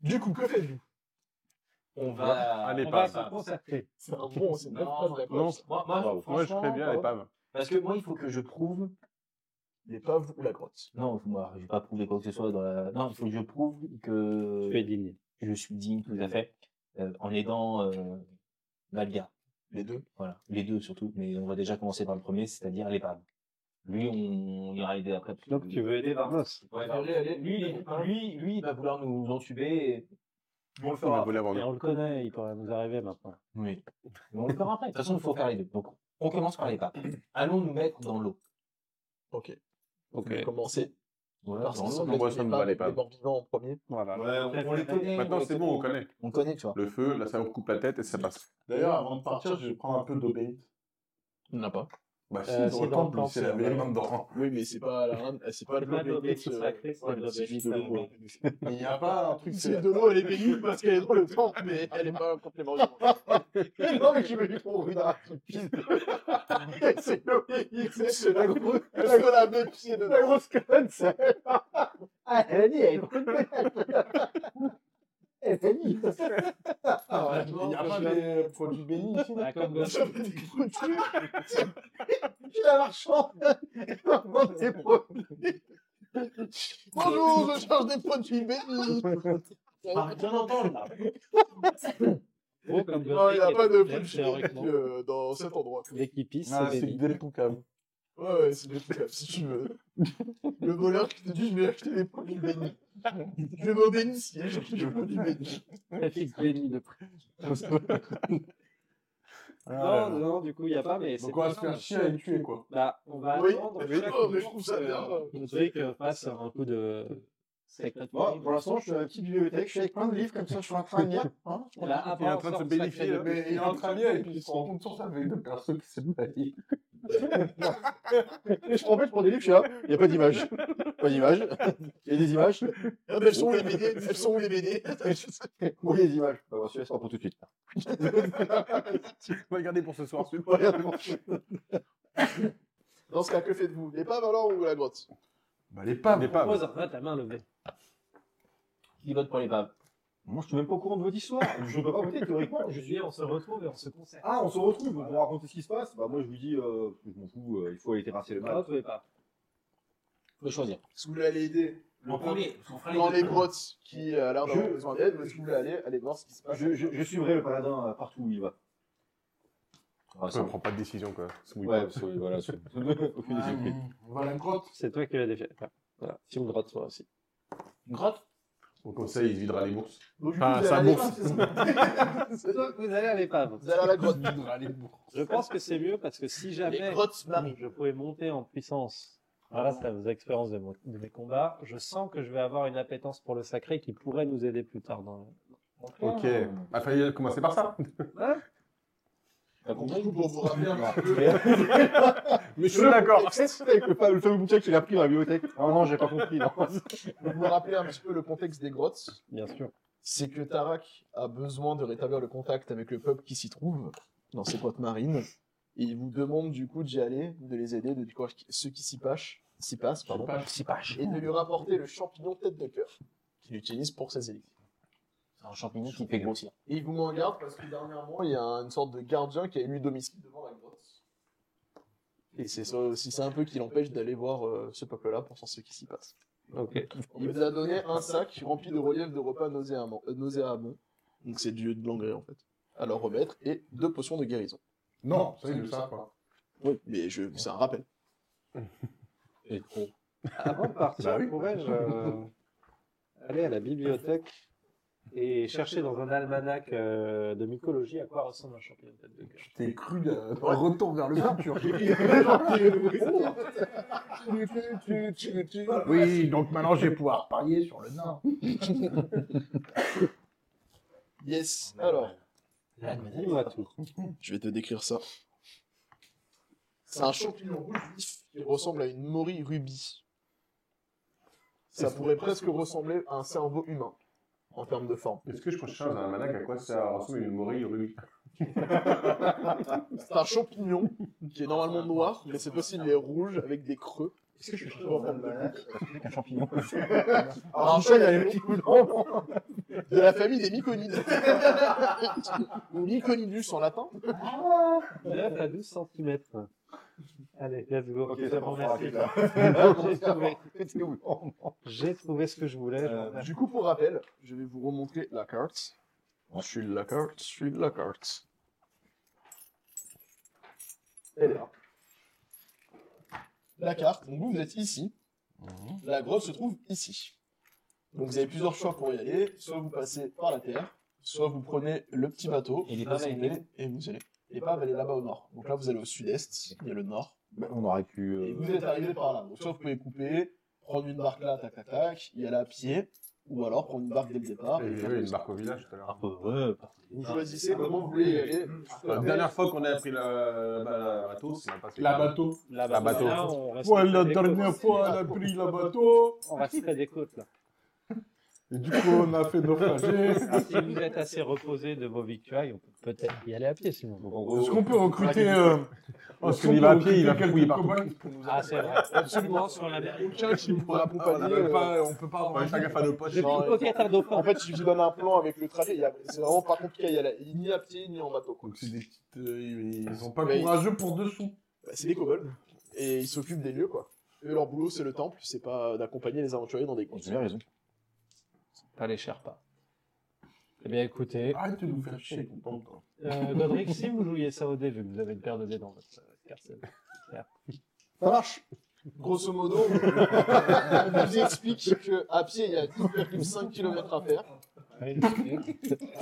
Du coup, que faites-vous On va. Allez, Ah, on pas. va va se se concerter. concerter. C'est un bon, c'est une bonne Non, phrase de la Non, grotte. c'est- Moi, moi, moi, je franchement, ferais bien les pardon. PAM. Parce que moi, il faut que je prouve. L'épave ou la grotte Non, moi, je vais pas prouver quoi que ce soit dans la. Non, il faut que je prouve que. Tu es digne. Je suis digne, tout à fait. euh, en aidant euh, Valga. Les deux Voilà. Les deux surtout. Mais on va déjà commencer par le premier, c'est-à-dire l'épave. Lui, on, on ira l'aider après. parce Donc que- tu veux aider Varnos Ouais, bah, lui, il- lui, lui, il va vouloir nous entuber. On le On va fera. voler avant Mais nous. on le connaît, il pourrait nous arriver maintenant. Et... Oui. Mais on le fera après. De toute façon, il faut faire les deux. Donc, on commence par l'épave. Allons nous mettre dans l'eau. Ok. Ok. Commencer Voilà, par ce dans qui l'eau. semble moi, être ça me va, l'épave l'épave. des morts vivants en premier. Voilà. Ouais, on, on les connaît. Maintenant on c'est les bon, on connaît. On connaît, tu vois. Le feu, là ça vous coupe la tête et ça passe. D'ailleurs, avant de partir, je vais prendre un peu d'obéite. On n'a pas. Bah, si, Euh, dans c'est le dans temple, le temple, c'est c'est la la les même mains dedans. Oui, mais c'est pas la reine, c'est pas le Pas de bleu l'obélisque euh, sacré, c'est ouais, de c'est juste l'obélisque l'eau. Il n'y a pas un truc. C'est de l'eau, elle est bénie parce qu'elle est dans le temple, mais elle est pas complémentaire. non, mais j'ai vu trop rude à C'est l'obélisque, c'est la grosse, la grosse, la grosse, la grosse conne, c'est Ah, elle a dit, elle est trop Elle t'a dit. Ah, Il n'y a pas des produits bénis ici. Ah, comme Ça fait des croûtures. Je la marchande. Elle m'a demandé des produits. Bonjour, je cherche des produits bénis. J'en entends, là. Gros comme Non, il n'y a pas de produits théoriquement. bénis euh, dans cet endroit. Dès qu'il pisse, Ah, c'est c'est béni. des poucaves. Ouais, ouais, c'est des trucs, si tu veux. Le voleur qui te dit, je vais acheter des produits bénis. Je vais bénis si j'ai acheté des produits bénis. Ça fixe béni de près. Ah, Non, là, là. non, du coup, il n'y a pas, mais c'est Donc on va pas se faire grave. chier à les tuer, quoi. Bah, on va Oui, attendre mais chaque non, mais tour je trouve ça que bien. Mon truc fasse un coup de... Secret Bon, Meeting. pour l'instant, je suis à la petite bibliothèque, je suis avec plein de livres, comme ça, je suis en train de lire. hein. Là, à Il est en part train de se sortir bénéficier, sacré là. Mais il est en train de lire, et puis il se rencontre sur ça avec deux personnes qui s'aiment pas. Et je prends, en fait, je prends des livres, je suis là, il n'y a pas d'image. Pas d'image. Il y a des images. Eh ben, Elles sont où les BD Elles sont où les BD Où est les images Bah, celui-là sera pour tout de suite. Regardez pour ce soir. Dans ce cas, que faites-vous L'épave alors ou la grotte Bah, les paves. Des de- PAM. Pose en fait la main levée. Qui vote pour l'épave Moi, je suis même pas au courant de votre histoire. Je peux pas voter théoriquement. Je suis. on se retrouve et on se concerne. Ah, on se retrouve. On va raconter ce qui se passe. Bah, moi, je vous dis, euh, je m'en fous, euh, il faut aller terrasser le mal. Non, trouvez pas. Faut choisir. Si vous voulez aller aider En premier, parce qu'on fera dans deux. les grottes qui euh, a l'air d'avoir Je- besoin d'aide, mais si vous voulez aller, allez voir ce qui se passe. Je, je, je suivrai le paladin euh, partout où il va. Ah, Ouais, ça- on prend pas de décision quoi. Se mouille Ouais, pas. parce que, voilà. c'est- Aucune décision prise. on va à la grotte. C'est toi qui l'as déjà. Voilà. Voilà. Si on me droite, moi aussi. Une grotte Au conseil, il se videra les bourses. Donc, du coup, Ah, vous ça allez à bouffe. l'épave, c'est ça vous allez à l'épave. Vous allez à la grotte. Je pense que c'est mieux parce que si Les jamais grottes marines. je pouvais monter en puissance grâce à vos expériences de, mon- de mes combats, je sens que je vais avoir une appétence pour le sacré qui pourrait nous aider plus tard dans Ok. Ah, fallait commencer par ça. T'as compris coup, pour vous rappeler un petit peu. Mais je suis d'accord. Avec le, fa- le fameux bouquin qu'il a pris dans la bibliothèque. Ah Non, non, j'ai pas compris. Non. Pour vous rappeler un petit peu le contexte des grottes, Bien sûr. c'est que Tarak a besoin de rétablir le contact avec le peuple qui s'y trouve, dans ses grottes marines, et il vous demande du coup d'y aller, de les aider, de découvrir ceux qui s'y pâchent, s'y passent, pardon, et de lui rapporter le champignon tête de cœur, qu'il utilise pour ses élixirs. C'est un champignon qui fait grossir. Et il vous met en garde parce que dernièrement, il y a une sorte de gardien qui a élu domicile devant la grotte. Et c'est ça aussi, c'est un peu qui l'empêche d'aller voir euh, ce peuple-là pour savoir ce qui s'y passe. Ok. Il vous a donné un sac rempli de reliefs de repas nauséamant- euh, nauséabonds. Donc c'est du de l'engrais en fait. À leur remettre et deux potions de guérison. Non, ça, ils le savent pas. Oui. Mais je, c'est un rappel. Et trop. Avant de partir, pourrais-je euh, aller à la bibliothèque et chercher dans un almanach euh, de mycologie à quoi ressemble un champignon de tête de cœur T'es cru d'un d'un retour vers le futur. oui, donc maintenant, je vais pouvoir parier sur le nain. Yes. Alors, Dis-moi tout. je vais te décrire ça. C'est un champignon rouge vif qui ressemble à une mori rubis. Ça pourrait presque ressembler à un cerveau humain en termes de forme. Est-ce que je peux chercher dans un almanach à quoi ça ressemble une morille rubis C'est un champignon qui est normalement noir, mais c'est possible il est rouge avec des creux. Est-ce que je suis chaud dans le malade Un champignon. Alors, un chat, il a les petits coups de de la famille des Myconides. Ou Myconidus en latin. Ah, 9 à 12 cm. Allez, let's go. Ok, Je ça vous prend remercie. J'ai trouvé. J'ai trouvé ce que je voulais. je vous remercie. Euh, du coup, pour rappel, je vais vous remontrer la carte. Je suis la carte, je suis la carte. Elle est là. La carte, donc vous, vous êtes ici. La grotte se trouve ici. Donc vous avez plusieurs choix pour y aller. Soit vous passez par la terre, soit vous prenez le petit bateau, Il est pas vous validé. allez et vous allez. Et pas aller là-bas au nord. Donc là, vous allez au sud-est, il y a le nord. On aurait pu. Et vous êtes arrivé par là. Donc, soit vous pouvez couper, prendre une barque là, tac tac tac, y aller à pied, ou alors prendre une barque dès le départ. J'ai vu une barque au village tout à l'heure. Un peu heureux. Vous choisissez comment vous voulez y aller. La dernière fois qu'on a pris la, bateau, c'est pas La bateau. Là, la bateau. là, on reste Ouais, à la des dernière côtes. fois, on a pris la bateau. On reste à des côtes, là. Et du coup, on a fait nos trajets. Ah, si vous êtes assez reposé de vos victuailles, on peut peut-être y aller à pied sinon. Est-ce qu'on peut recruter. euh, Parce est-ce que qu'on lui, peut va à pied, il recruter va fouiller quelques partout. cobayes Ah, c'est vrai. Absolument, sur la mer. Quelqu'un qui pourra Ah, On accompagner. peut euh, pas- on peut pas On va avoir- faire gaffe à nos poches. J'ai pris Non, une coquette à En dauphin. fait, je vous donne un plan avec le trajet. il y a- C'est vraiment pas compliqué. Il y a la- ni à pied ni en bateau. quoi. Donc, c'est des petites. euh, ils- Ils ils ont- sont pas Mais- courageux pour deux sous. Bah, c'est des kobolds et ils s'occupent des lieux quoi. Eux, leur boulot c'est le temple, c'est pas d'accompagner les aventuriers dans des grottes. bien raison. Pas les chers pas. Eh bien, écoutez, Arrête de nous faire chier, hein. content. euh, Godric, si vous jouiez ça au début, vous avez une paire de dés dans votre carte. Ça marche. Grosso modo, on vous explique qu'à pied il y a 10,5 km à faire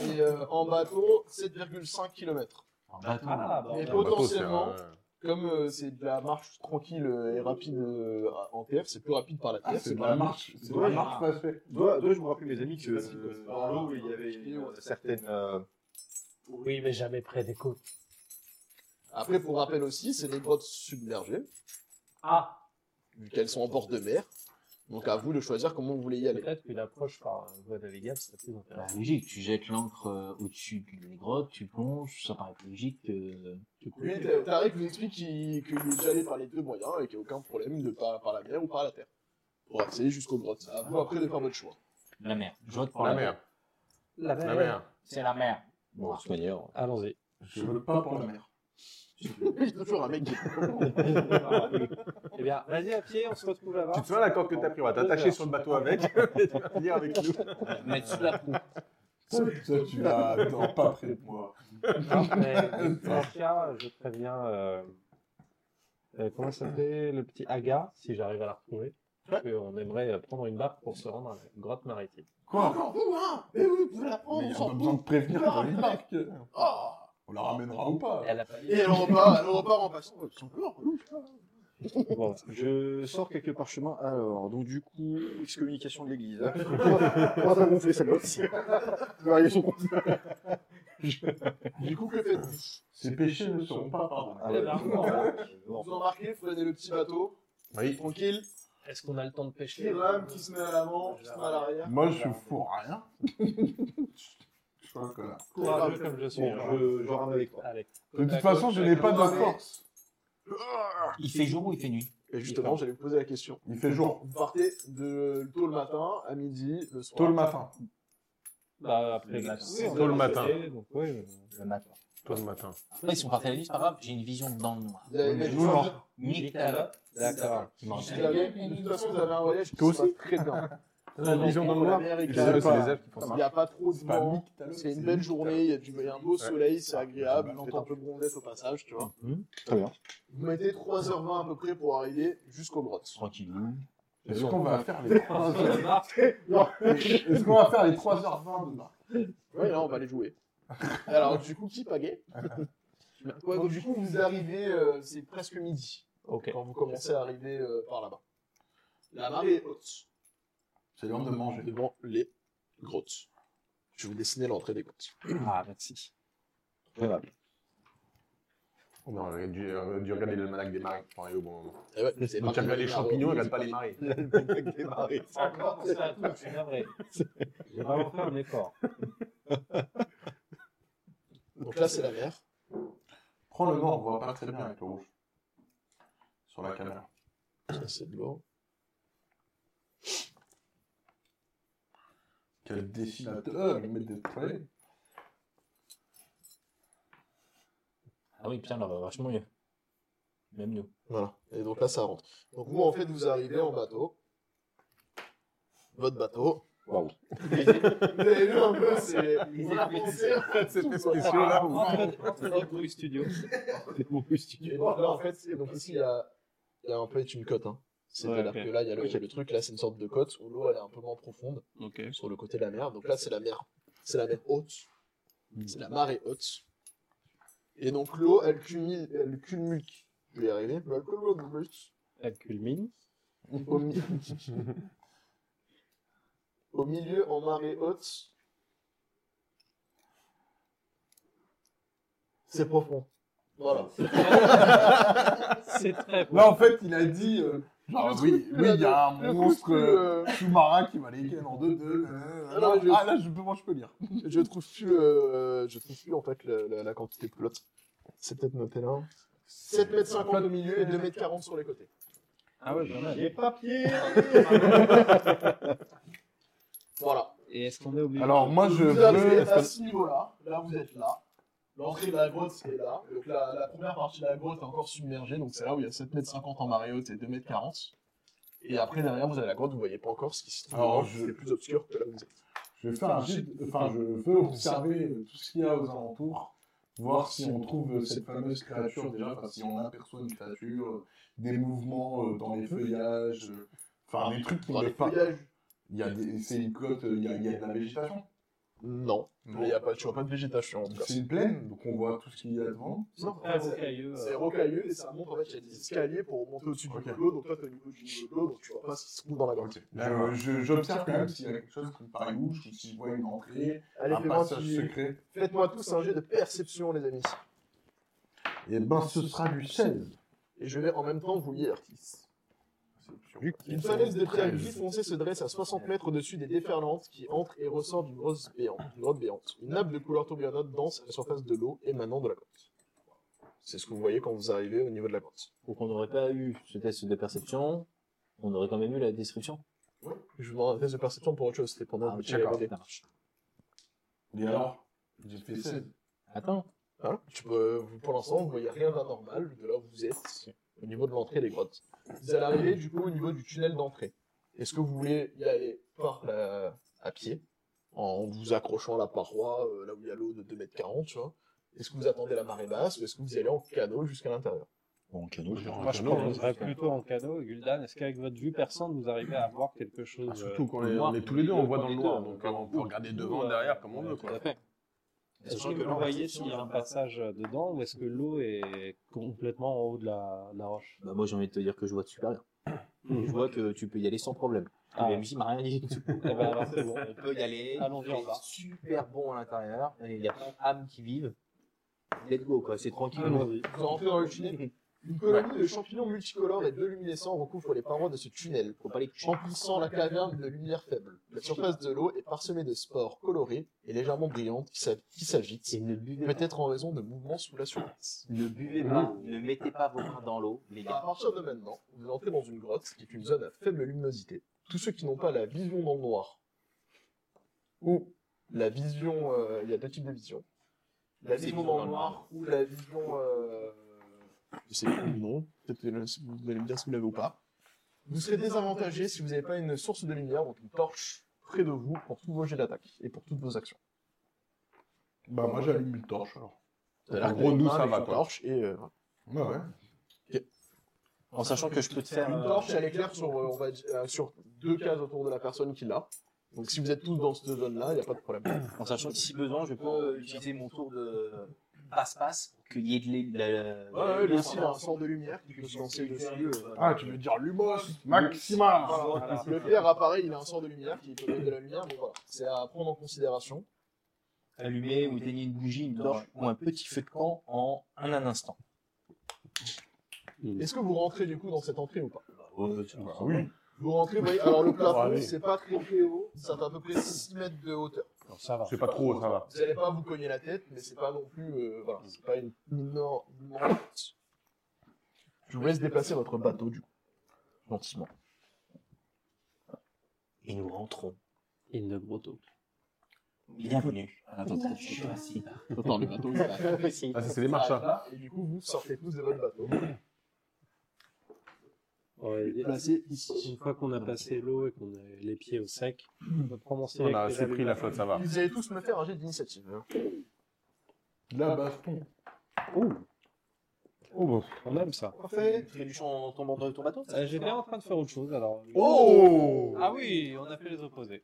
et euh, en bateau 7,5 km. En bateau. Ah, bah, Un Mais bateau, c'est potentiellement, un- comme euh, c'est de la marche tranquille euh, et rapide euh, en terre, c'est plus rapide par la terre. Ah, c'est de la marche. C'est de la Ouais. marche pas fait. Dois, dois, je me rappelle mes amis que Facile, euh, facile. dans l'eau il y avait une certaine. euh, Oui, mais jamais près des côtes. Après, pour rappel aussi, c'est des grottes submergées, Ah, vu qu'elles sont en bord de mer. Donc à vous de choisir comment vous voulez y aller. peut-être qu'une approche par euh, voie navigable serait plus Bah, intéressante. logique, tu jettes l'encre euh, au-dessus des grottes, tu plonges, ça paraît plus logique que. euh, Lui, Ta- Tarek vous explique qu'il qu'il est déjà allé par les deux moyens et qu'il n'y a aucun problème de par, par la mer ou par la terre. Pour accéder jusqu'aux grottes. À vous après de faire votre choix. La mer. Je vote pour La mer. Ah La La mer. C'est la mer. Bon, de toute manière. Allons-y. Je veux pas pour la mer. Il y a toujours un mec qui... eh bien, vas-y à pied, on se retrouve là-bas. Tu te souviens la corde que t'as pris On va t'attacher sur le bateau avec et tu vas venir avec nous. Euh, Mettre sous la proue. Ça, ça, tu l'as dans Ah, pas près de moi. Ah, Mais en tout cas, je préviens. euh, euh, comment ça s'appelait le petit Aga, si j'arrive à la retrouver On aimerait euh, prendre une barque pour se rendre à la grotte maritime. Quoi vous, hein Mais oui, vous la Mais y a pas besoin de prévenir Ah, dans les putain. barques. Ah On la ramènera ou pas Elle a pas Et elle repart, elle repart en passant. Ils sont encore, nous. Bon, je sors quelques parchemins. Alors, donc du coup, excommunication de l'église. hein. Comment ça gonfler celle-là aussi Variation continue. Du coup, que faites-vous Ces péchés ne seront pas pardonnés. Ah ouais. Vous embarquez, vous prenez le petit bateau, Oui. tranquille, Est-ce qu'on a le temps de qui pêcher rame, qui se met à l'avant, qui se met à l'arrière. Moi, je fous rien. Je suis un connard. Courageux comme je suis. hein. Bon, je, je rame avec toi. Allez. De toute façon, je n'ai pas de force. Il fait jour ou il fait nuit Et justement, j'allais vous poser la question. Il fait jour. Vous partez de tôt le matin à midi, le soir. Tôt le matin. Bah, Le après, oui, matin. on Tôt a le matin. discuté, donc oui, euh, Le matin. Toi, le matin. Après, ils sont partis à la nuit, c'est pas grave, j'ai une vision dans le noir. Vous avez- Mais vous nous, avez- non. Nique ta lotte. D'accord. Mange vous ta avez- De toute façon, vous avez un voyage qui Toi se passe très bien. La vision dans le La noir. mer est C'est calme, sais pas. les elfes qui font il ça. n'y a pas trop de C'est pas vent. Nick Talon, C'est une Nick belle Talon. journée, il y a du- il y a un beau soleil, c'est agréable, Ouais. vous êtes un peu bronzette au passage, tu vois. Très bien. Vous mettez 3h20 à peu près pour arriver jusqu'aux grottes. Tranquille. Est-ce qu'on va faire les 3 heures Marc, Est-ce qu'on va faire les 3h20 de marque Ouais, là, on va les jouer. Alors, du coup, qui pagaie Ouais, donc, du coup, vous arrivez, euh, c'est presque midi Ok. quand vous commencez à arriver euh, par là-bas. La marée est haute C'est l'heure de manger. devant les grottes. Je vais vous dessiner l'entrée des grottes. Ah, merci. On aurait dû, euh, dû regarder le manac des marées pour arriver au bon moment. Et Eh ouais, c'est Donc, tu marqué regardes les par- champignons, regarde pas les marées. C'est encore pensé à tout, c'est navré. J'ai vraiment fait un effort. Donc là, c'est la mer. Prends le noir, on voit pas très bien avec le rouge. Sur la caméra. Ça, c'est de l'eau. Quel dessinateur, il met des traits. Ah oui, putain, là, va vachement mieux. Même nous. Voilà. Et donc là, ça rentre. Donc vous, en fait, vous arrivez en bateau. Votre bateau. Waouh. Vous avez vu un peu, c'est. On a pensé à C'était spécial là. studio. Et donc là, en fait, c'est- donc ici, il y a, il y a un peu une côte. Hein. C'est-à-dire Ouais, ok. que là, il y a le, le truc, là, c'est une sorte de côte où l'eau, elle est un peu moins profonde Ok. sur le côté de la mer. Donc là, c'est la mer, c'est la mer haute. C'est la marée haute. Et donc l'eau, elle cumule, elle cumule. Je vais y arriver. Bah, Elle cumule Elle culmine. au, mi- au milieu, en marée haute. C'est profond. Voilà. C'est très Là, en fait, il a dit. euh, genre, Le oui, truc, oui, il y a un le truc, monstre euh, euh, sous-marin qui va les ken en deux, deux. nanana. Ah non, mais je- Ah, là, je peux, moi, je peux lire. Je trouve plus, euh, je trouve plus en fait la, la- la quantité de plot. C'est peut-être noté là. 7 mètres 50 au milieu et 2 mètres 40 sur les côtés. Ah ouais, pas mal. Les papiers Voilà. Et est-ce qu'on est obligé Alors, moi, je vous arrivez veux. à ce niveau-là. Là, vous êtes là. L'entrée de la grotte est là. Donc la, la première partie de la grotte est encore submergée. Donc c'est là où il y a 7 mètres 50 en marée haute et 2 mètres 40. Et après derrière vous avez la grotte, vous voyez pas encore ce qui se trouve. Alors, Alors, je- C'est plus obscur que là où vous êtes. Je vais faire un jet de- Enfin, je veux observer euh, tout ce qu'il y a aux alentours, voir si on trouve euh, cette fameuse créature déjà, enfin, si on aperçoit une créature, euh, des mouvements euh, dans les feuillages, euh, enfin, des trucs qui Dans ne les pas. feuillages Il y a des. C'est une côte, euh, il y a, il y a de la végétation. Non. Non. Mais il y a pas, tu vois pas de végétation en tout cas. C'est une plaine, donc on voit tout ce qu'il y a devant. Non, Ah, c'est- rocailleux, C'est euh. rocailleux et ça monte en fait, il y a des escaliers pour monter au-dessus Ok. du niveau de l'eau, donc toi t'es au niveau du niveau de l'eau, donc tu vois pas ce qui se trouve dans la grotte. Là, euh, je- j'observe quand même s'il y a quelque chose qui me paraît louche, ou si je vois une entrée, Allez, un fais-moi passage petit- secret. faites-moi tous un jeu de perception les amis. Et ben, ce sera du 16. Et je vais en même temps vous lire. Une falaise falaise de pierre gris foncé se dresse à 60 mètres au-dessus des déferlantes qui entrent et ressortent d'une grosse béante. Une, grotte béante. Une nappe de couleur tourbillonnante danse à la surface de l'eau émanant de la grotte. C'est ce que vous voyez quand vous arrivez au niveau de la grotte. Donc on n'aurait pas eu ce test de perception, on aurait quand même eu la destruction. Je vous demande un test de perception pour autre chose, c'était pendant Ah, que vous d'accord. regardez. Ça marche. Et alors J'ai fait 16. Attends, Voilà. Hein, Tu peux- vous- pour l'instant, vous voyez rien d'anormal de là où vous êtes, au niveau de l'entrée des grottes. Vous allez arriver du coup au niveau du tunnel d'entrée. Est-ce que vous voulez y aller par la- à pied, en vous accrochant à la paroi, euh, là où il y a l'eau de 2m40, tu vois Est-ce que vous attendez la marée basse ou est-ce que vous y allez en canot jusqu'à l'intérieur Bon, canot, je Moi, je prendrais plutôt en cadeau. Guldan, est-ce qu'avec votre vue personne, vous arrivez à voir quelque chose Ah, euh, Surtout qu'on de est, noir on est tous les deux, on voit dans le les noir, deux, donc euh, euh, on peut ou- regarder ou, devant, euh, derrière, comme on veut. Tout Quoi. à fait. euh, Est-ce que que vous voyez s'il y a un passage dedans ou est-ce que l'eau est complètement en haut de la, de la roche bah moi j'ai envie de te dire que je vois de super bien. je vois que tu peux y aller sans problème. Ah. Même s'il m'a rien dit. Eh ben, alors, c'est bon. On peut y aller. Allons-y en bas. C'est super bon à l'intérieur. Il n'y a pas d'âme qui vive. Let's go, quoi. C'est tranquille. Allons-y. Vous rentrez dans le tunnel. Une colonie de champignons multicolores et de luminescents recouvre les parois de ce tunnel. Faut pas les toucher. emplissant la caverne de lumière faible. La surface de l'eau est parsemée de spores colorées et légèrement brillantes qui s'a- qui s'agitent, Et ne buvez pas. peut-être en raison de mouvements sous la surface. Ne buvez pas. Ne mettez pas vos mains dans l'eau, les À gars. partir de maintenant, vous entrez dans une grotte qui est une zone à faible luminosité. Tous ceux qui n'ont pas la vision dans le noir ou la vision, euh, il y a deux types de vision. La vision dans le noir ou la vision, euh, je sais plus le nom. Peut-être que vous allez me dire si vous l'avez ou pas. Vous serez désavantagé si vous n'avez pas une source de lumière, donc une torche, près de vous pour tous vos jets d'attaque et pour toutes vos actions. Bah, moi, j'allume une torche alors. C'est-à-dire En que gros, vous avez nous, une main ça avec va, une quoi. torche et euh, Ouais, ouais. En sachant que je peux te faire Une euh, torche, elle éclaire sur, euh, on va dire, euh, sur deux cases autour de la personne qui l'a. Donc si vous êtes tous dans cette zone-là, il n'y a pas de problème. En sachant que si besoin, je peux euh, utiliser mon tour de passe-passe pour qu'il y ait de l'é- de la. Ouais, ouais, de le la- style a un sort de lumière qui peut se lancer dessus. Ah, Ah, tu veux dire Lumos Ah, Maxima Voilà. Le père apparaît, il a un sort de lumière qui peut mettre de la lumière, mais voilà. C'est à prendre en considération. Allumer ou éteigner une bougie, une torche ou un petit feu de camp en un, un instant. Est-ce que vous rentrez du coup dans cette entrée ou pas Bah Ah oui. Vous rentrez, vous voyez, alors le Ah, plafond, oui. c'est pas très très haut, ça fait à peu près 6 mètres de hauteur. Alors, ça va. C'est pas trop, ça va. Vous n'allez pas vous cogner la tête, mais c'est pas non plus, euh, voilà, c'est pas une énorme... Je vous laisse déplacer votre bateau du coup. Gentiment. Et nous rentrons. Il ne grotto. Bienvenue à votre Jurassic Attends, le bateau, il va- Ah, ça, c'est les marches, ça. Et du coup, vous sortez tous de votre bateau. Placé ici. Une fois qu'on a passé l'eau et qu'on a les pieds au sec, on peut prendre mon stylet On a avec les assez pris la allumettes. flotte, ça va. Vous allez tous me faire un jet d'initiative. hein. La baston. Oh, on aime ça. Parfait. Trébuchant en tombant dans ton bateau. Euh, J'étais en train de faire autre chose alors. Oh Ah oui, on a fait les opposés.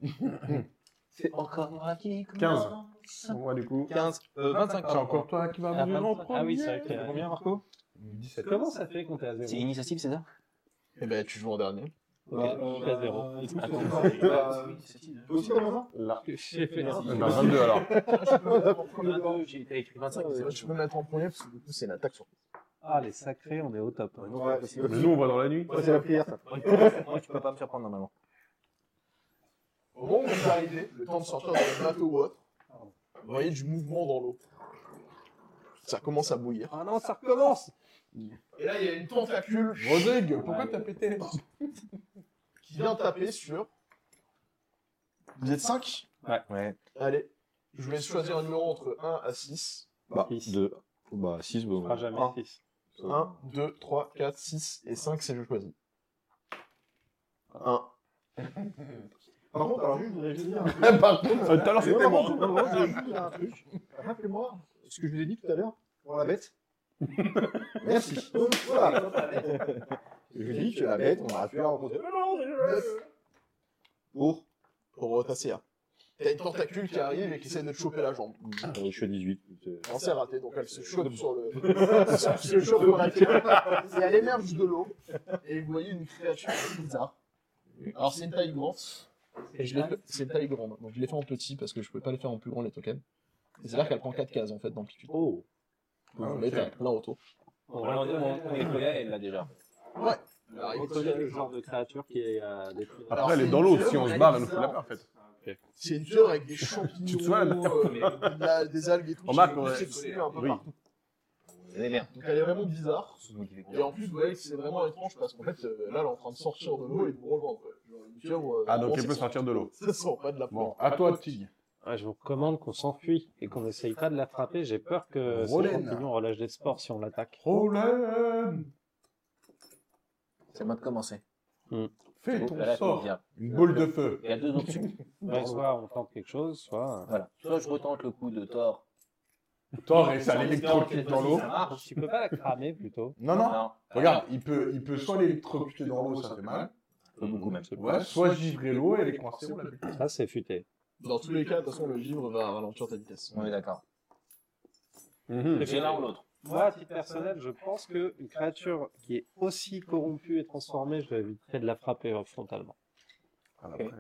C'est encore moi qui 15. Moi, du coup. Ah, 15, euh, 25 C'est pardon. encore toi qui vas Ah, mourir en 25. premier. Ah oui, c'est vrai qu'il y a- combien, Marco 17. Comment ça fait qu'on t'est à C'est zéro initiative, c'est ça Eh ben, tu joues en dernier. Bah, Ok, euh, Je suis à zéro. J'ai fait Eh ben, 22 alors. J'ai écrit 25. C'est vrai, Ah, tu peux me mettre en premier parce que du coup, c'est une attaque sur Ah, les sacrés, on est au top. hein. Ouais, c'est Mais nous, on va dans la nuit. la prière, ça. Moi, tu peux pas me faire prendre normalement. Au moment où vous arrivez, le temps de sortir d'un bateau ou autre, vous voyez du mouvement dans l'eau. Ça commence à bouillir. Ah non, ça recommence Et là, il y a une tentacule Rodrigue, pourquoi t'as pété qui vient taper sur. Vous êtes 5 Ouais. Allez, je vais choisir un numéro entre 1 à 6. Bah, Six. 2. Bah, 6, On fera jamais Ah. 6. 1, 2, 3, 4, 6 et 5, c'est je choisis. 1. Par contre, alors, juste, je voudrais juste dire. un truc. Par contre, Ah, tout à l'heure, c'était Non, non, moi. non, non, je voudrais juste dire un truc. Rappelez-moi ce que je vous ai dit tout à l'heure pour la bête. Merci. Oh, Donc, voilà. Je vous dis que la bête, on a pu la rencontrer. Pour. Pour Tasséa. T'as une tentacule qui arrive et qui essaie de te choper la jambe. Je suis à 18. Non, c'est raté, donc elle se chope sur le. se chope sur la queue. Et elle émerge de l'eau. Et vous voyez une créature bizarre. Alors, c'est une taille grande. Et je l'ai fait- C'est une taille grande. Donc, je l'ai fait en petit parce que je pouvais pas les faire en plus grand, les tokens. Et C'est-à-dire qu'elle prend 4 cases en fait d'amplitude. Oh Ah, Vous vous mettez à plein autour. On va demander on est collé à elle là déjà. On connaît le genre de créature qui est à des prix. Alors, Après, elle est c'est dans une l'eau. fleur, Si on se elle barre, est elle nous fout la peur, en fait. C'est une fleur avec des champignons, Tu te souviens, la euh, de la- des algues et tout. Remarque, qui- ouais. qui se suivent un peu Oui. partout. C'est des merdes. Donc elle est vraiment bizarre. C'est moi qui vais Et en plus, vous voyez que c'est vraiment étrange parce qu'en fait, euh, là, elle est en train de sortir de l'eau et de vous rejoindre. quoi. Genre une fleur où, euh, Ah, donc Oh, vraiment, elle peut ça sortir de l'eau. sent- Ça sent pas de la Bon, peau. à toi, Tig. Ah, je vous recommande qu'on s'enfuit et qu'on n'essaye pas de l'attraper. J'ai peur que ce Roland. champignon relâche des spores si on l'attaque. Roland, C'est à moi de commencer. fais Là, ton là, sort. bien. Une boule de feu. Il y a deux options. Ouais, soit on tente quelque chose, soit. euh, Voilà. Soit je retente le coup de Thor. Thor et ça l'électrocute dans l'eau. Ça marche. Tu peux pas la cramer plutôt. Non, non, regarde, il peut, il peut soit l'électrocuter dans l'eau, ça fait mal. Pas beaucoup même. Ouais, soit givrer l'eau et les coincer, on la bute. Ça, c'est futé. Dans tous les cas, de toute façon, le livre va ralentir ta vitesse. On est d'accord. Mhm. J'ai l'un ou l'autre. Moi, à titre personnel, je pense qu'une créature qui est aussi corrompue et transformée, je vais éviter de la frapper euh, frontalement. Ah, après, ouais.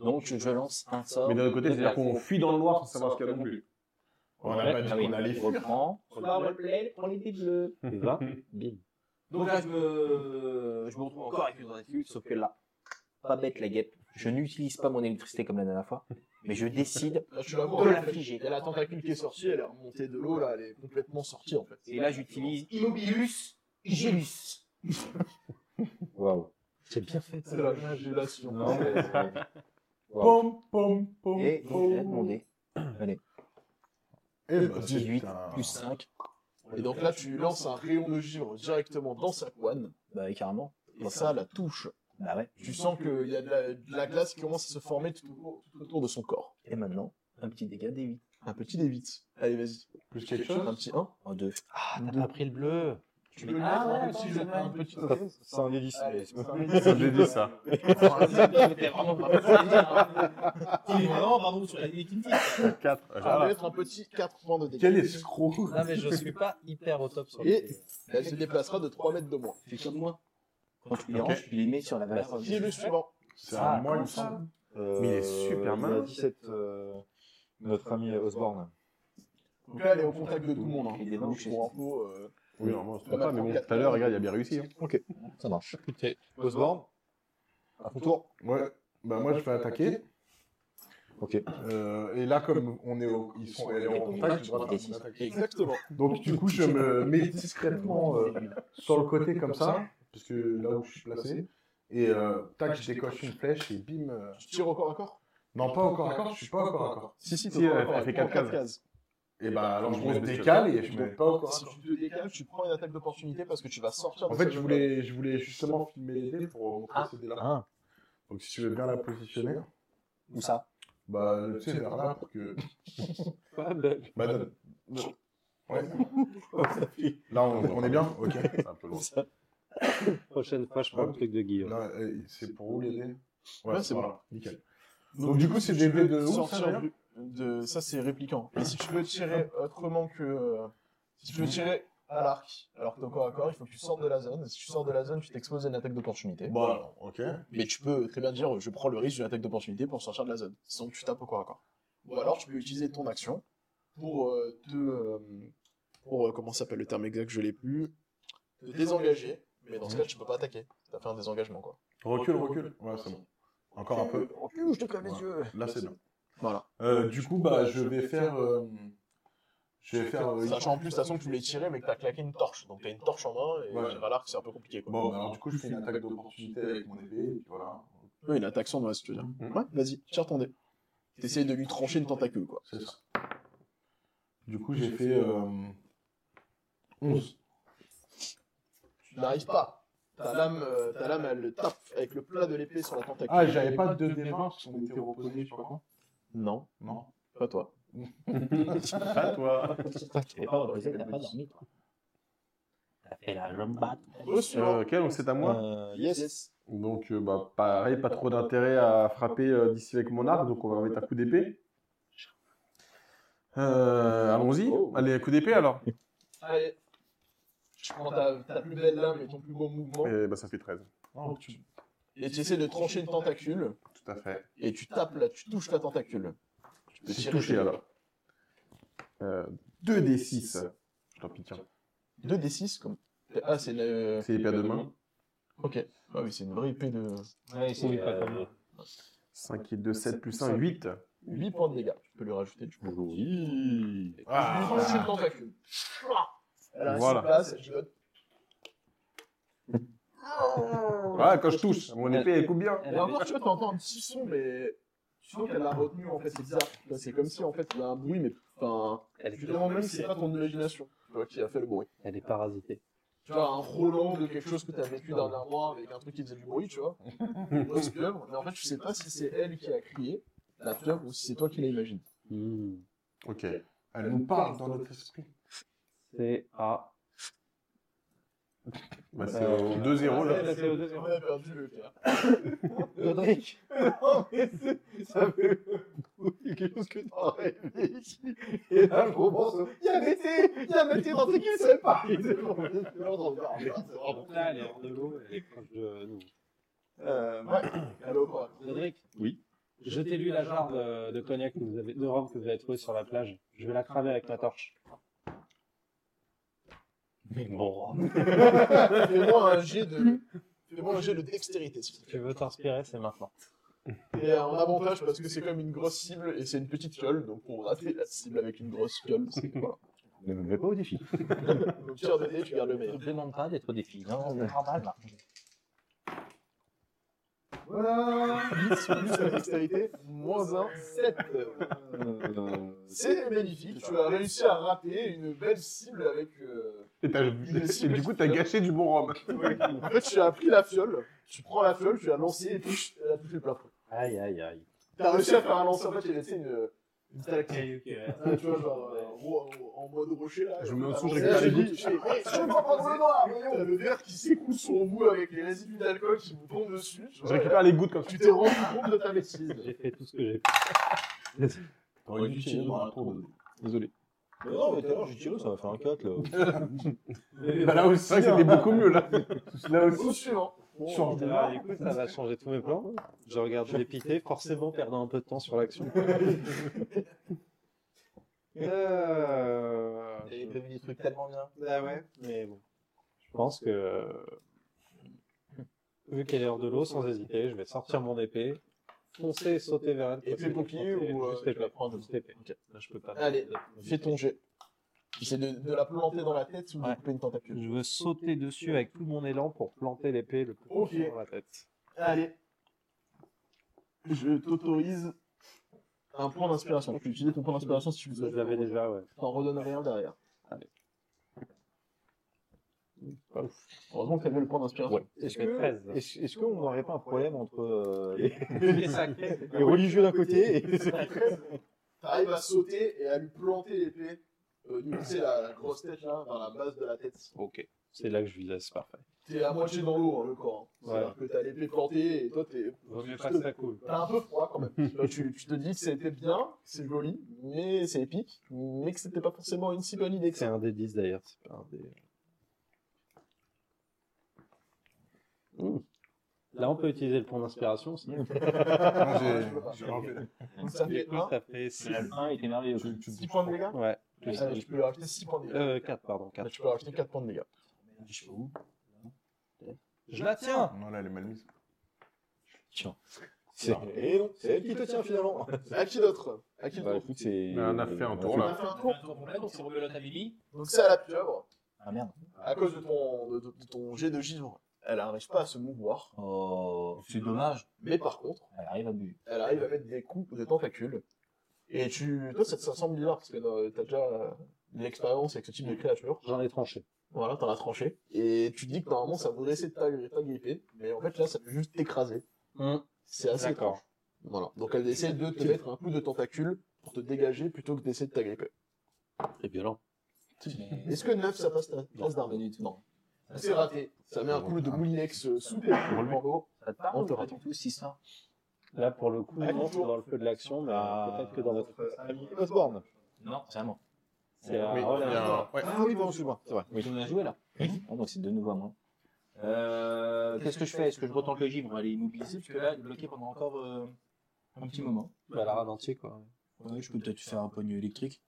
Donc je, je lance un sort. Oh. Mais d'un autre côté, de c'est-à-dire qu'on blague. fuit dans le noir sans savoir ce qu'il y a non plus. On n'a pas dit Ah oui, qu'on allait je fuir. reprends. On va le plaid, on les bleus. Et va, bim. Donc là, je me, je me retrouve encore avec une tentacule, sauf que là, pas bête la guêpe. Je n'utilise pas mon électricité comme la dernière fois, mais je décide Là, tu la vois. de en la fait. figer. Il y a la tentacule qui est sortie, elle est remontée de l'eau, là, elle est complètement sortie en fait. Et là, j'utilise Immobilus Gélus. Waouh. C'est bien fait. C'est la flagellation. Pom, pom, pom, Et donc, je vais pom. demander Eh bah, ben, 18 putain. plus 5. bah, Et donc là, tu lances un rayon de givre directement dans sa couane, Bah, carrément. et ça la touche. Bah ouais. Tu sens qu'il y a de la, de la glace qui commence à se former tout autour, tout autour de son corps. Et maintenant, un petit dégât des 8. Un petit D8. Allez, vas-y. Plus quelque chose Un petit 1. En 2. Ah, t'as pas pris le bleu. Tu peux lui mettre Ah un ouais, petit ouais, jeu- ouais. un petit Ça, ça en est 10. Allez, mais c'est pas- Ça, J'ai dit ça. Il est hein. vraiment, pardon, sur la victime. 4. Ça va être un petit 4 points de Quel dégâts. escroc Ah, Non, mais je suis pas hyper au top sur Et- les- Elle se déplacera de 3 mètres de moins. Fais comme moi. Quand tu les ranges, tu les mets sur la valeur. Qui est le suivant C'est Ah, à moi, il me ça semble. Euh, Mais il est super il y a malin. 17, euh, notre ami Osborne. Donc là, elle est au contact de tout le monde. hein. Il est dans le chest. Pour info, euh, Oui, normalement, c'est pas, mais bon, tout à l'heure, regarde, il a bien réussi. hein. Ça marche. Putain. Osborne, à ton tour. Ouais, bah moi je vais attaquer. Ok. Euh, et là, comme on est au- ils sont elle est en contact, je dois faire mon attaque. Exactement. Donc du coup, je me mets discrètement euh, sur le côté comme ça, parce que là où je suis placé. Et euh, tac, je décoche une flèche et bim. euh, Tu tires au corps à corps Non, pas encore accord, je suis pas encore accord. Si, si, Si, t'es elle- euh, pas elle encore, fait tu prends quatre quatre cases. Et bah alors je Je me me décale et je Je suis me- pas encore Si accord. tu te décales, tu prends une attaque d'opportunité parce que tu vas sortir de En fait, cette je voulais, je voulais justement filmer les dés pour montrer ces dés-là. Ah. Donc si tu veux bien la positionner, Où ça bah tu sais, vers là pour que. Pas belle. Bah donne. Ouais. Là, on, on est bien Ok. C'est un peu loin. Prochaine fois, je prends le truc de Guillaume. Là, euh, c'est pour où les dés Ouais, c'est voilà. Nickel. Donc du coup, c'est des dés de où ça, sortir d'ailleurs du- de ça c'est répliquant. Et si tu veux tirer autrement que euh, si tu veux tirer à l'arc, alors que t'es au corps à corps, il faut que tu sortes de la zone. Et si tu sors de la zone, tu t'exposes à une attaque d'opportunité. Bon, alors, ok. Mais tu peux très bien dire je prends le risque d'une attaque d'opportunité pour sortir de la zone. Sinon tu tapes au corps à corps. Ou alors tu peux utiliser ton action pour euh, te euh, pour euh, comment s'appelle le terme exact je l'ai plus te désengager. Mais dans ce cas tu peux pas attaquer. T'as fait un désengagement quoi. Recule, recule. Ouais, c'est bon. Encore un peu. Recule, Euh, je te clame Ouais. yeux. Là, c'est bien. Voilà. Euh, du coup, bah, je vais faire. euh, Je vais faire. euh, Sachant en plus de toute façon que tu voulais tirer mais que t'as claqué une torche. Donc t'as une torche en main et Ouais. tirer à l'arc c'est un peu compliqué quoi. Bon, bah, alors du coup, je fais une attaque d'opportunité avec mon épée, et puis voilà. Oui, une attaque sournoise, tu veux dire. Mm. Ouais, vas-y, tire ton dé. T'essayes de lui trancher une tentacule, quoi. C'est ça. Du coup, j'ai fait euh, 11. Tu n'arrives pas. Ta lame, euh, ta lame, elle le tape avec le plat de l'épée sur la tentacule. Ah, j'avais pas de 2 parce qu'on était reposés, je sais pas quoi. Non, Non. pas toi. Pas toi. T'es pas reposé, t'as pas dormi, toi. T'as fait la lombade. Au suivant. Euh, ok, donc c'est à moi. Euh, yes. Donc, euh, bah, pareil, pas trop d'intérêt à frapper euh, d'ici avec mon arc, donc on va mettre un coup d'épée. Euh, Allons-y. Oh. Allez, coup d'épée alors. Allez. Tu prends ta, ta plus belle lame et ton plus beau mouvement. Et bah, ça fait 13. Et tu essaies de trancher une tentacule. Tout à fait. Et tu tapes là, tu touches la tentacule. Tu peux J'ai tirer touché alors. Euh, 2d6. Tant pis, tiens. 2d6 comme. Ah, c'est le. C'est l'épée à deux mains. Ok. Ah oui, c'est une vraie épée de. Ouais, Oui, pas comme moi. 5 et 2, 7 plus 1, 8. 8 points de dégâts. Tu peux lui rajouter du coup. Ah. Tu lui tranches une tentacule. Elle a Voilà. voilà. place, elle gigote. Ah, quand je touche, mon épée, elle coupe bien. Et encore, tu vois, t'entends un petit son, mais tu sens qu'elle l'a retenu, en fait, c'est bizarre. Tu vois, C'est comme si, en fait, il y a un bruit, mais enfin, Elle tu te demandes même si c'est pas ton imagination, tu vois, qui a fait le bruit. Elle est parasitée. Tu vois, un Roland de quelque chose que t'as vécu dernièrement avec un truc qui faisait du bruit, tu vois. Une grosse pieuvre, mais en fait, tu sais pas si c'est elle qui a crié, la pieuvre, ou si c'est toi qui l'imagines. Hmm. Ok. Elle nous parle dans notre esprit. C'est à. Bah, c'est Euh, au 2-0 Ouais, là. là, c'est- on a perdu le père. Rodrigue Non, Oh, mais c'est- ça fait beaucoup quelque chose que t'as rêvé ici. Et là, je repense, au- il y avait été, il y avait été dans ce qu'il savait pas. Il était dans le- dans le- dans le- dans le- Là, elle est hors de l'eau, elle est proche de nous. Euh, ouais. Allô, quoi. Rodrigue Oui. Je t'ai lu la jarre de, de cognac que vous avez, de rhum que vous avez trouvé sur la plage. Je vais la cramer avec ma torche. Mais bon. Fais-moi un jet de, fais-moi un jet de dextérité, s'il te plaît. Tu veux t'inspirer, c'est maintenant. Et euh, en avantage parce que c'est comme une grosse cible et c'est une petite fiole, donc pour rater la cible avec une grosse fiole, c'est voilà. Ne me mets pas au défi. Donc tire de dés, tu gardes le Je meilleur. te euh, demande pas d'être au défi. Non, c'est normal, là. Voilà. 10 plus la dextérité, moins 1, 7. Euh, C'est magnifique, tu as réussi à rater une belle cible avec. euh, Et, t'as- et du coup, t'as gâché du bon rhum. En fait, tu as pris la fiole, tu prends la fiole, tu l'as lancée et puis elle a touché le plafond. Aïe, aïe, aïe. Tu as réussi à faire un lancer, en fait, il a laissé une. Une stalactite. Ah, tu vois, genre, euh, ro- en mode rocher là. Je me mets en dessous, je Et récupère là, les j'ai gouttes. dit, j'ai- Eh, Je vais pas prendre le noir, voyons. T'as le verre qui s'écoule sur vous avec les résidus d'alcool qui vous tombent dessus. tu Je vois. récupère les gouttes comme ça. Tu t'es rendu compte de ta bêtise. J'ai fait tout ce que j'ai T'aurais dû tirer dans la tour de. Désolé. Mais non, mais tout à l'heure, j'ai tiré, ça va faire un 4, là. pu. Bah, là aussi, c'est vrai que c'était beaucoup mieux là. Là aussi. Au suivant. Bon, Ah, alors, Ah, du coup, ça va changer tous mes plans. Je regarde les pités, forcément perdant un peu de temps sur l'action. Euh, J'avais prévu des trucs tellement bien. ah Bah ouais, mais bon. Je pense que. euh, Vu qu'elle est hors de l'eau, sans hésiter, je vais sortir mon épée, foncer et sauter vers elle. Épée, bouclier Foncer, ou, euh, Juste tu épée. vas prendre Juste épée. Ok. Là, je peux pas. Allez, fais ton jet. J'essaie de, de la planter dans la tête ou de Ouais. couper une tentacule. Je veux sauter dessus avec tout mon élan pour planter l'épée le plus Ok. proche dans la tête. Allez. Je t'autorise un point d'inspiration. Tu peux utiliser ton point d'inspiration si tu Je veux. l'avais déjà, ouais. T'en redonnes rien derrière. Heureusement que t'as mis le point d'inspiration. Est-ce Mais que 13. est-ce est-ce qu'on n'aurait pas un problème entre euh, les, Les sacs. les religieux d'un côté et T'arrives à sauter et à lui planter l'épée. Euh, du coup, c'est la, la grosse tête là, vers la base de la tête. Ok, c'est là que je visais, c'est parfait. T'es à moitié dans l'eau, hein, le corps. hein. Ouais. C'est-à-dire que t'as l'épée plantée et toi, t'es Vaut mieux pas ça cool. T'as un peu froid quand même. Là, tu, tu te dis que c'était bien, c'est joli, mais c'est épique, mais que c'était pas forcément une si bonne idée que C'est ça. un des 10 d'ailleurs, c'est pas un des. Ouh. Là, on peut utiliser le point d'inspiration, sinon. Moi, j'ai- je peux pas. j'ai enlevé. Ça fait un, ça fait 6. Le 1 était merveilleux. Tu- tu- 6 points de dégâts Ouais. Ah, Allez, Tu peux lui rajouter 6 points de dégâts. Euh, 4, pardon, 4. Là, tu peux rajouter 4 points de dégâts. Je la tiens Non, là, elle est mal mise. et non, c'est elle qui te tient finalement. À qui d'autre À qui Bah d'autre écoute, c'est. Mais on a fait un tour, On là. a fait un tour. Donc c'est rebelote à Bibi. Donc c'est à la pieuvre, Ah merde. à cause de ton, de, de- de ton jet de givre. Elle n'arrive pas à se mouvoir, Oh, c'est dommage. mais par contre, Elle arrive à bu. elle arrive à mettre des coups de tentacules. Et tu, toi, ça, te- ça semble bizarre parce que euh, t'as déjà euh, de l'expérience avec ce type de créature. J'en ai tranché. Voilà, t'en as tranché. Et tu te dis que normalement, ça voudrait essayer de t'ag- t'agripper. Mais en fait, là, ça peut juste t'écraser. C'est assez étrange. D'accord. Voilà. Donc, elle essaie de te mettre un coup de tentacule pour te dégager plutôt que d'essayer de t'agripper. C'est violent. Est-ce que 9, ça passe ta classe d'armes Non. C'est raté. Ça met un coup de moulinex euh, sous tes en haut. Ça te parle On On te te rate. raconte tous 6 ça. Là, pour le coup, Ah, non, toujours. c'est dans le feu de l'action, mais euh, Ah. peut-être que dans votre. Osborne. Non, c'est vraiment. C'est à Oui, oh, il y a un- ouais. Ah oui, bon, excuse-moi, c'est vrai. Oui. On a joué là. Ah, donc c'est de nouveau à moi. Euh, Qu'est-ce que je fais Est-ce que je retente le givre On va aller immobiliser parce que là, elle est bloquée pendant encore euh, un petit moment. bah, la ralentit, quoi. Ouais, je peux peut-être faire un poignée électrique.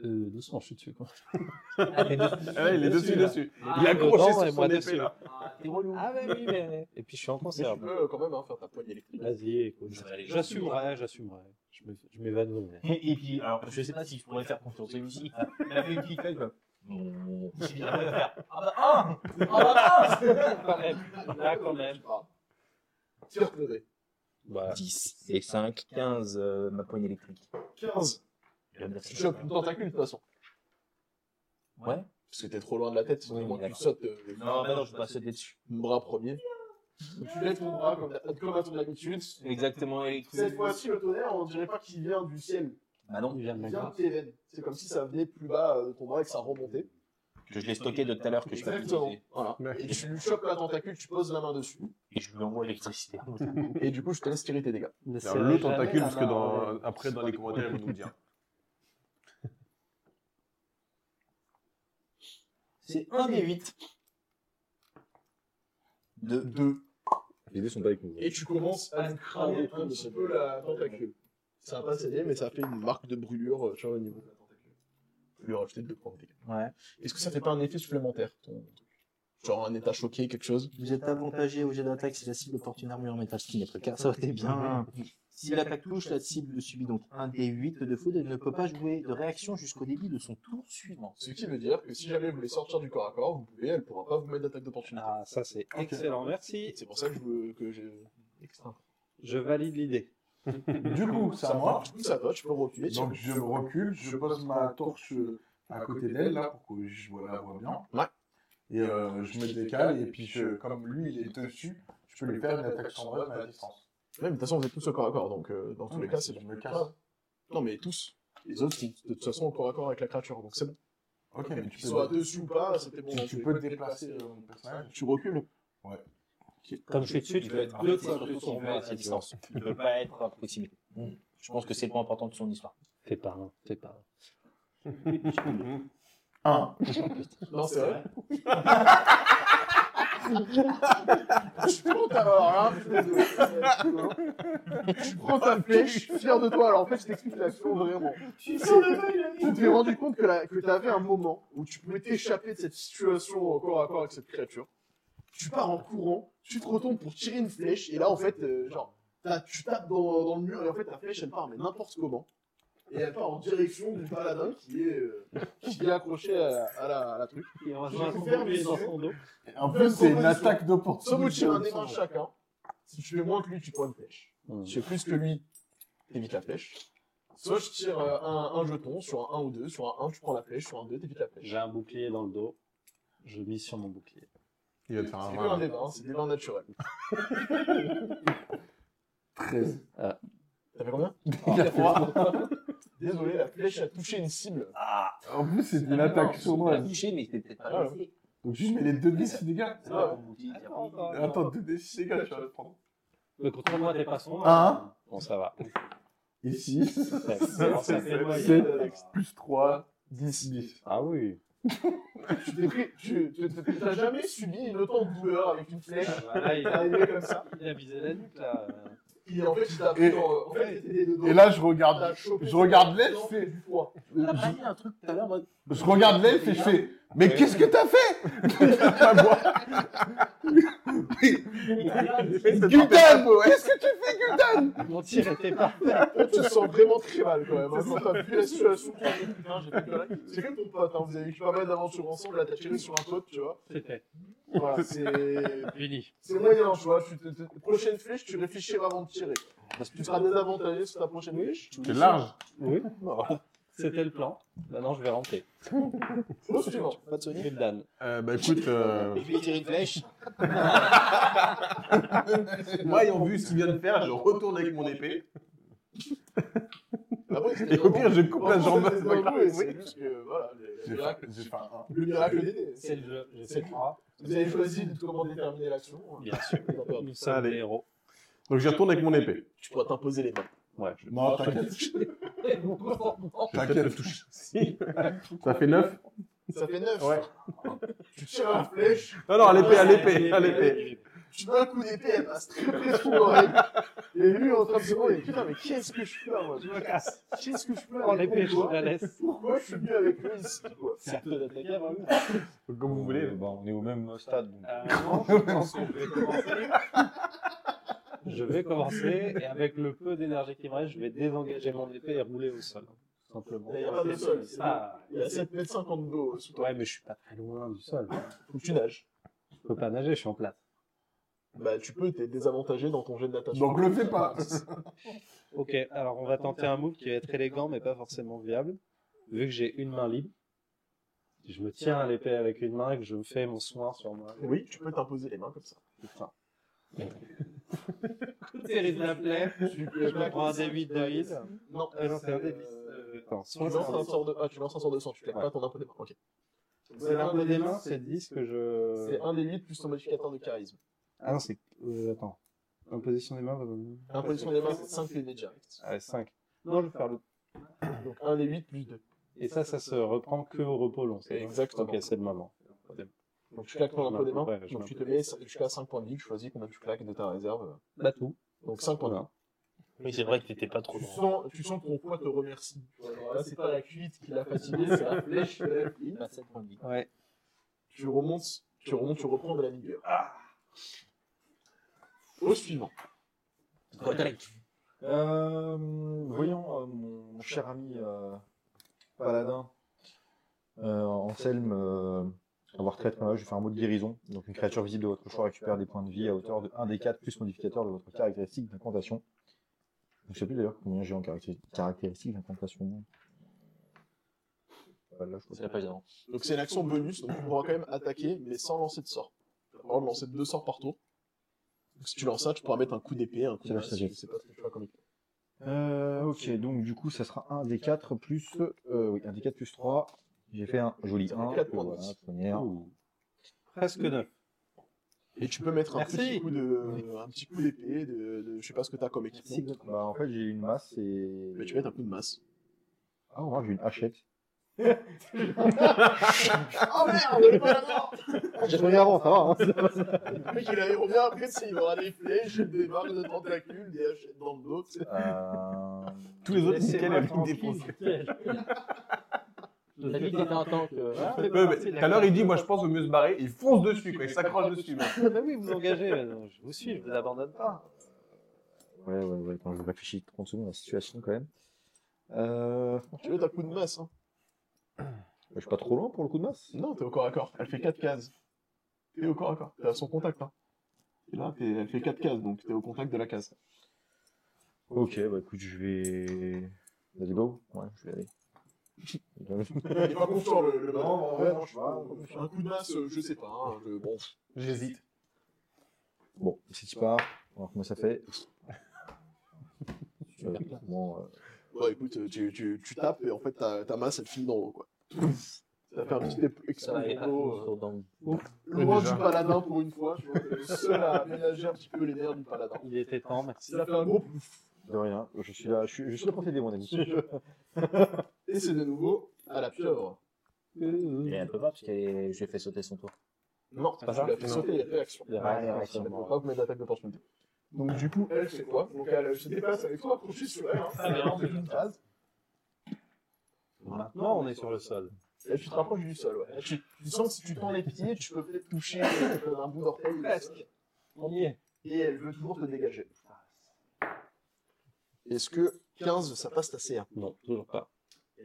Euh, doucement, je suis dessus, quoi. Ah ouais, il est dessus, dessus. Ah, Il a dedans, accroché et sur moi son épée, dessus. là. Ah, T'es relou. Ah, bah oui, mais. Et puis, je suis en Mais tu concert. peux euh, quand même hein, faire ta poignée électrique. Vas-y, écoute. Ça va aller. J'assumerai, j'assumerai. Je me- je m'évanouis. Et puis, alors, je sais pas si je pourrais faire confiance à lui. Il a fait une petite feuille, quoi. Non, c'est bien de faire. Ah bah, ah Ah bah, Quand même. Là, quand même. Ah. Tire le dé. Bah, 10 et 5, 15, ma poignée électrique. 15. Tu chopes une tentacule de toute façon. Ouais Parce que t'es trop loin de la tête, Oui, sinon tu d'accord. sautes euh, Non, bah non, je vais pas sauter dessus. bras premier. Tu lèves ton bras comme, comme à ton habitude. Exactement, électrique. Cette fois-ci, le tonnerre, on dirait pas qu'il vient du ciel. Bah non, il vient de Il la vient grâce. de tes veines. C'est comme si ça venait plus bas euh, de ton bras et que ça remontait. que je l'ai stocké de tout à l'heure, que je peux Exactement. utiliser. Voilà. Et tu chopes la tentacule, tu poses la main dessus. Et je lui envoie l'électricité. Et du coup, je te laisse tirer tes dégâts. Ne Alors, serrez le jamais tentacule, la parce que main. dans, après, dans les commentaires, ils vont nous dire. C'est 1 des 8. 2. Les deux sont pas avec nous. Et tu commences à lui cramer un petit peu la tentacule. Ça va pas cédé, mais ça fait une marque de brûlure euh, sur le niveau de la tentacule. Tu lui rajouter deux points de dégâts. Ouais. Est-ce que ça fait pas un effet supplémentaire ton truc Genre un état choqué, quelque chose Vous êtes avantagé au jet d'attaque si la cible porte une armure en métal, ce qui n'est pas le cas, ça aurait été bien. Si l'attaque touche, la cible subit donc un D8 de faute et ne peut pas jouer de réaction jusqu'au début de son tour suivant. Ce qui veut dire que si jamais vous voulez sortir du corps à corps, vous pouvez, elle pourra pas vous mettre d'attaque d'opportunité. Ah, ça, c'est excellent. Merci. C'est pour ça que je veux- que j'ai. Du Je valide l'idée. Du coup, c'est à moi. coup, ça va, tu peux reculer. tu- Donc, je me recule, je pose ma torche euh, à côté d'elle, là, pour que je vois- la vois bien. Ouais. Et euh, je me décale, et puis, je, comme lui, il est dessus, je peux lui faire une attaque sombreuse à la distance. Ouais, mais de toute façon, vous êtes tous au corps à corps, donc euh, dans tous Ouais, les mais cas, si c'est je me casse. Non, mais tous. Les autres sont de toute façon au corps à corps avec la créature, donc c'est bon. Ok, mais tu Qu'ils soient peux, dessus ou pas, c'était bon. tu, tu peux déplacer euh, mon personnage. Tu recules Comme je suis dessus, tu peux être deux tiers de son veut être à distance. Il ne peut pas être à proximité. Je pense que c'est le point important de son histoire. Fais pas un, fais pas un. Un. Non, c'est vrai. hein. Tu prends ta flèche, fier de toi. Alors en fait, je t'explique l'action vraiment. Tu t'es rendu compte que, la- que t'avais un moment où tu pouvais t'échapper de cette situation au corps à corps avec cette créature. Tu pars en courant, tu te retournes pour tirer une flèche, et là en fait, euh, genre, t'as- tu tapes dans, dans le mur, et en fait ta flèche elle part, mais n'importe comment. Et elle part en direction du paladin qui est, euh, qui est accroché à, à la, à la truc. Et on va se fermer dans son dos. En plus, c'est une attaque Sauf que d'opportunité. tu as un démarche chacun. Si tu fais moins que lui, tu prends une flèche. Si tu fais plus que lui, t'évites la flèche. Soit je tire euh, un, un jeton sur un 1 ou 2, sur un 1 tu prends la flèche, sur un 2 t'évites la flèche. J'ai un bouclier dans le dos. Je mise sur mon bouclier. Il va te faire C'est un que rat. un débat, hein, c'est des vins naturels. 13. T'as fait combien Il a fait ça. Désolé, la flèche a touché une cible. En plus, c'est Ah, une attaque sournoise. touché, mais c'était peut-être Ah, pas blessé. Donc, juste, je mets les 2d6 dégâts. C'est pas mon outil, c'est Attends, pas- attends, attends. Attends, 2d6 dégâts, tu vas le prendre. Mais contrôle-moi tes passons. Un. Bon, ça va. Et 6. Ouais, C'est- c'est- c'est- moi, c'est- euh, Plus 3. 10. Ah oui. Tu t'es pris, tu tu- tu- t'as jamais subi une autant de douleur avec une flèche Là, il a, arrivée comme ça. il a visé la nuque, là. Et en fait, il t'a Et- pris dans- En fait, t'étais dedans. Et là, je T'as regarde. chopé Je sur- regarde l'elfe dans et- Euh, du poids. T'as pas dit un truc tout à l'heure, moi, Je regarde l'elfe et je fais Mais qu'est-ce que t'as fait Gul'dan Qu'est-ce que tu fais, Gul'dan Mon tir était pas. Toi, tu te sens vraiment très mal quand même. hein. Quand t'as vu la situation, tu te dis, putain, j'ai fait connerie. C'est comme ton pote, hein. vous avez eu pas mal d'aventures ensemble, là, t'as tiré sur un pote, tu vois. C'était Voilà, c'est. uni. C'est moyen, tu vois. Tu te- te- prochaine flèche, tu réfléchiras avant de tirer. parce que Tu seras désavantagé sur ta prochaine flèche. C'est large. Oui. C'était le plan. Maintenant, je vais rentrer. Au suivant. pas de Sony. Gul'dan. Euh, bah écoute, euh, Je vais tirer une flèche. moi ayant vu ce qu'il vient de faire, je retourne avec mon épée. Après, c'était Et au pire, je coupe la jambe. C'est un coup, et c'est juste que, voilà, le- le J'ai fait- miracle- j'ai fait un un. hein. le miracle des dés. C'est le jeu. J'ai fait le bras. Vous avez choisi de comment déterminer l'action. hein. Bien sûr. Nous sommes Allez. des héros. Donc je retourne avec mon épée. Tu pourras t'imposer les mains. Ouais. je- Non, t'inquiète. Oh, T'inquiète, T'inquiète. touche. Ça fait 9 Ça fait 9. Ouais. Tu tires la flèche, Non, non, à l'épée, à l'épée, à l'épée. tu mets un coup d'épée, elle passe très près sous l'oreille. Et lui, en train de se dire, putain, mais qu'est-ce que je fais là, moi Je me casse. Qu'est-ce que je fais là Prends l'épée, je pourquoi, la laisse. pourquoi je suis venu avec eux ici, quoi C'est un peu d'attaquer, vraiment. Comme vous voulez. on est au même stade. donc. Euh, non, je pense qu'on peut commencer. Je vais commencer et avec le peu d'énergie qui me reste, je vais désengager mon épée et rouler au sol. Tout simplement. Il n'y a pas de sol, c'est Ah, Il y a 7 mètres 50 d'eau sous toi. ouais, mais je suis pas très loin du sol. Faut que tu nages. Je peux pas nager, je suis en plate. Bah, tu peux, t'es désavantagé dans ton jet de natation. Donc le fais pas. Ok, alors on va tenter un move qui va être élégant mais pas forcément viable. Vu que j'ai une main libre, je me tiens à l'épée avec une main et que je me fais mon soin sur moi. Oui, tu peux t'imposer les mains comme ça. Putain. Terrible la plaie. Tu Je me prends un D8 de hit. Non, Ah, Euh, non, c'est un D10. euh, euh, attends, Tu lances un sort de, ah, tu lances un sort de sang, tu claques Ouais. pas ton impôt des mains. Ok. C'est l'impôt des mains, c'est 10 que je. C'est un des 8 plus ton modificateur de charisme. Ah non, c'est. euh, attends. Imposition des mains. euh, L'imposition des mains, c'est 5 PV direct. Ah, 5. Non, je vais faire le. Donc 1 des 8 plus 2. Et ça, ça se reprend que au repos long. c'est ça Exactement. Ok, c'est le moment. Donc tu claques ton impôt des mains. Ouais, je Donc m'en- tu te mets jusqu'à 5 points de vie, tu choisis combien tu claques de ta réserve. Bah, tout. Donc 5 points de vie. Voilà. Oui, c'est vrai que t'étais pas trop Tu grand. sens, tu sens que ton poids te remercie. Tu vois, alors Là, c'est pas la cuite qui l'a fatigué, c'est la flèche de la cuite. Pas sept points de vie. Ouais. Tu remontes, tu remontes, tu reprends de la vigueur. Ah Au suivant. Roderick. Euh, voyons, euh, mon, mon cher ami euh, paladin, euh, Anselme, euh, avoir très très mal, je vais faire un mot de guérison. Donc une créature visible de votre choix récupère des points de vie à hauteur de 1 des 4 plus modificateur de votre caractéristique d'incantation. Je ne sais plus d'ailleurs combien j'ai en caractéri- caractéristique d'incantation. Voilà, je crois. C'est la page d'avant. Donc c'est une action bonus, donc tu pourras quand même attaquer, mais sans lancer de sort. Tu pourras lancer deux sorts par tour. Donc si tu lances ça, tu pourras mettre un coup d'épée, un coup C'est de la masse, sagesse. je sais pas ce que tu vois comme Euh, ok, donc du coup, ça sera 1 des 4 plus. euh, oui, 1 des 4 plus 3. J'ai fait un joli Ça fait 1. quatre points de vie. première. Presque 9. Et tu peux mettre un Merci. petit coup de, un petit coup d'épée, de, de- je sais pas ce que t'as comme équipement. Bah, en fait, j'ai une masse et. Mais tu mets un coup de masse. Ah, ouais, j'ai une hachette. Oh merde, j'ai pas la mort Ah, J'ai tourné avant, ça va. hein. Le mec il arrive bien après, tu sais, il aura des flèches, des barres de tentacules, des hachettes dans le dos. tu sais. Euh, Tous les autres, nickel, avec des ponts. T'as dit que t'étais un tank. euh, hein Ouais, mais Tout à l'heure, il dit Moi, je pense au mieux se barrer. Il fonce dessus, quoi. Il s'accroche dessus. même. Bah oui, vous engagez. maintenant. Je vous suis, je vous abandonne pas. Ouais, ouais, ouais. Attends, je réfléchis 30 secondes à la situation quand même. Euh... Tu mets un coup de masse, hein. Je suis pas trop loin pour le coup de masse. Non, t'es au corps à corps. Elle fait 4 cases. T'es au corps à corps. T'es à son contact, hein. Et là, t'es- elle fait 4 cases, donc t'es au contact de la case. Ok, bah écoute, je vais. Let's go. Ouais, je vais aller. Il est pas confiant le, le baron, en vrai, non, je suis pas confiant. Un coup de masse, euh, je sais pas. hein, je- Bon, J'hésite. Bon, si tu pars, on va voir comment ça fait. Euh, bon, euh, bah écoute, euh, tu, tu, tu tapes et en fait ta, ta masse elle finit dans l'eau quoi. Ça fait un petit ép- Ah, explosion d'eau, euh, Loin déjà. du paladin pour une fois, tu vois, t'es le seul à ménager un petit peu les nerfs du paladin. Il était temps, merci. Ça fait un gros plouf. de rien, je suis là, je suis, je suis là pour t'aider, mon ami. Et c'est de nouveau à la pieuvre. Mais elle peut pas, parce que j'ai fait sauter son tour. Non, tu pas ça l'as fait Non. sauter, il y a réaction. Il y a Ouais, Elle réaction, ne peut bon. pas vous mettre d'attaque d'opportunité. Donc du coup, elle c'est quoi Donc elle se déplace avec toi accrochée sur elle, hein, Ah, mais vraiment, c'est une case. Maintenant, on est sur le sol. Et tu te rapproches du sol, ouais. Et Tu, tu sens que si tu tends les pieds, tu peux peut-être toucher euh, un bout d'orteil ou presque. On y est. Et elle veut toujours te dégager. Est-ce que 15, ça passe ta CR Non, toujours pas.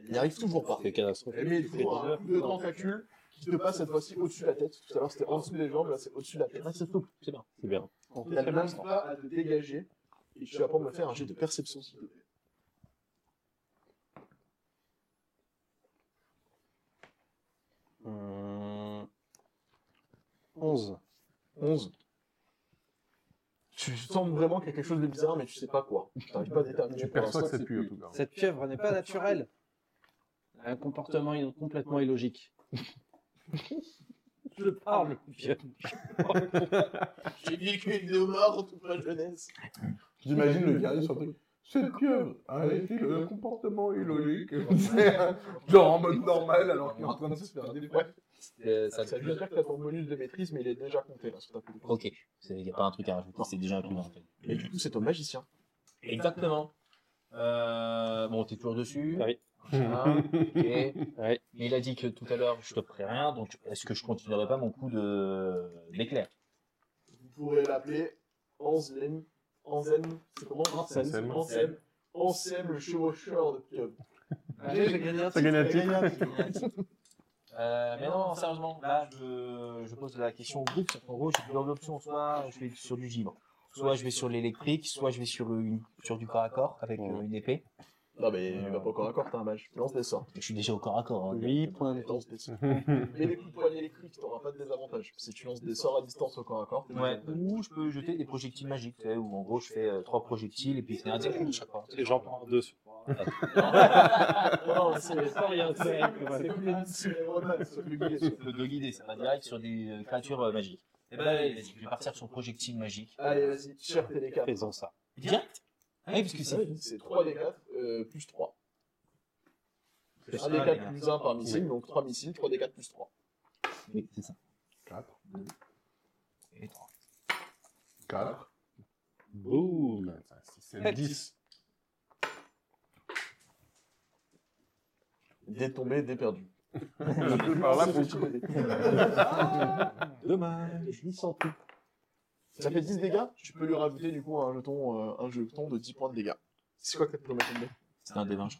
Il n'y arrive toujours pas. C'est catastrophique. Elle met toujours un coup de tentacule qui te passe cette fois-ci au-dessus de la tête. Tout à l'heure c'était en dessous des jambes, là Ah, c'est au-dessus de la tête. C'est bien. C'est bien. Elle n'arrive pas à te dégager. Et tu vas pas me faire un jet de perception s'il te plaît. Hum, 11. 11. Tu sens vraiment qu'il y a quelque chose de bizarre, mais tu sais pas quoi. Tu n'arrives pas à déterminer. Tu pour perçois que l'instant. ça pue, en tout cas. Cette pieuvre n'est pas naturelle. Un comportement il- complètement illogique. Je parle, pieuvre. J'ai vécu une vidéo marre toute ma jeunesse. J'imagine le guerrier sur le truc. Cette pieuvre a été le comportement illogique. C'est, euh, Genre en mode normal alors qu'il est en train de se faire des Ouais. ça Ça veut dire que t'as ton bonus de maîtrise, mais il est déjà compté là. sur ta compétence. Ok, il n'y a pas un truc à rajouter, c'est déjà inclus dans le Et du coup, c'est au magicien. Exactement. Euh, bon, t'es toujours dessus. Ah oui. Ah, ok. Oui. Mais il a dit que tout à l'heure, je te ferai rien, donc est-ce que je continuerai pas mon coup de d'éclair Vous pourrez l'appeler Anselm. Anselm, c'est comment Anselm. Anselm. Anselm. Anselm, le chevaucheur de pieuvre. Allez, j'ai gagné un Ça gagne un titre. Euh, mais non, sérieusement, là, je, je pose la question au groupe. c'est-à-dire qu'en gros, j'ai plusieurs options. Soit je vais sur du givre, soit je vais sur l'électrique, soit je vais sur, une, sur du corps à corps avec euh, une épée. Non, mais il va pas encore encore, t'as un mage. Lance des sorts. Je suis déjà au corps à corps. hein. 8 points de Lance des sorts. Mais les coups de poignet électriques, t'auras pas de désavantage. Si tu lances des sorts à distance au corps à corps, t'es Ouais. pas- euh, Ou je peux jeter des projectiles magiques, tu sais, où en gros je fais euh, trois projectiles et puis c'est un tir à chaque fois. J'en prends deux. sur trois. Non, c'est C'est pas rien, c'est rien que c'est voilà. comme les c'est les romanes, c'est le guet, ça. Je peux te guider, ça va direct sur des euh, créatures euh, magiques. Et ben allez, vas-y, je vais partir sur projectile magique. Allez, vas-y, cher TD4. Faisons ça. Direct Ah oui, parce que c'est. C'est 3D4 euh, plus 3. Plus 1D4 un, plus 1 par missile, donc 3 missiles, 3D4 plus 3. Oui, c'est ça. 4, Et trois. 4, Boum. C'est 10. Dé tombé, dé perdu. Ah, Par là, pour le coup. Dommage, je n'y sens plus. Ça fait 10 dégâts, tu peux lui rajouter du coup un jeton, euh, un jeton de 10 points de dégâts. C'est quoi que t'as pu mettre dedans C'est un D20, je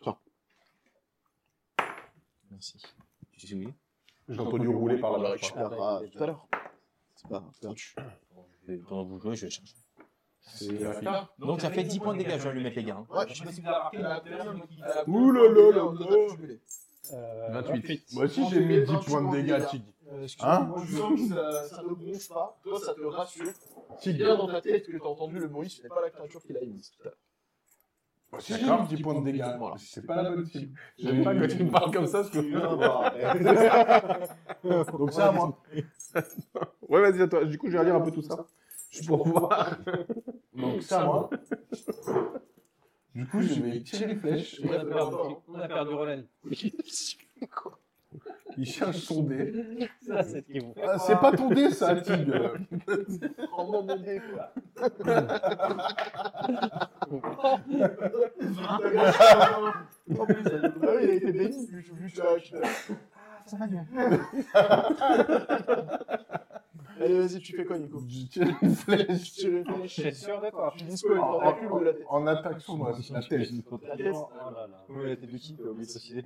crois. Merci. Tu sais où il est J'ai entendu rouler par On la là. récupérera tout à l'heure. C'est pas perdu. Je vais- Pendant que vous jouez, je vais chercher. C'est la fille. Donc ça fait 10 points de dégâts, hein. je vais lui mettre les gains. Ouais, je sais pas si vous avez remarqué, la dernière qui- Ouh là là là là. Euh, 28. Bah, Moi aussi, j'ai mis 10 points de dégâts, Tig. euh, excuse-moi. Hein Moi, je sens que ça, ça ne bronze pas. Toi, ça te rassure. C'est bien dans ta tête que t'as entendu le Maurice, ce n'est pas la créature qui l'a émise. Moi aussi, Bah, j'ai mis 10 points de dégâts. Voilà. C'est pas la bonne cible. J'aime pas quand tu me parles comme ça, parce que. bah, Donc c'est à moi. Ouais, vas-y, à toi. Du coup, je vais relire un peu tout ça. Je pour voir. Donc c'est à moi. Du coup, je vais tirer les flèches. On a perdu, on a perdu Roland. Il cherche son dé. Ça, c'est ce qui vous Ah, c'est pas ton dé, ça, euh, Tig. Oh, Prends-moi mon dé, quoi. En Ah, plus, elle- Ah oui, il a été Ah, béni, vu vu- vu ça. je- Ça va bien. Allez, vas-y, tu fais quoi, Nico Je tire une flèche. Tu réfléchis. Je suis sûr de Ah, quoi. Tu dis quoi, les tentacules de la tête En attaque sur moi, la La tête tête. Oh Ouais, t'es de qui T'as oublié de s'assider.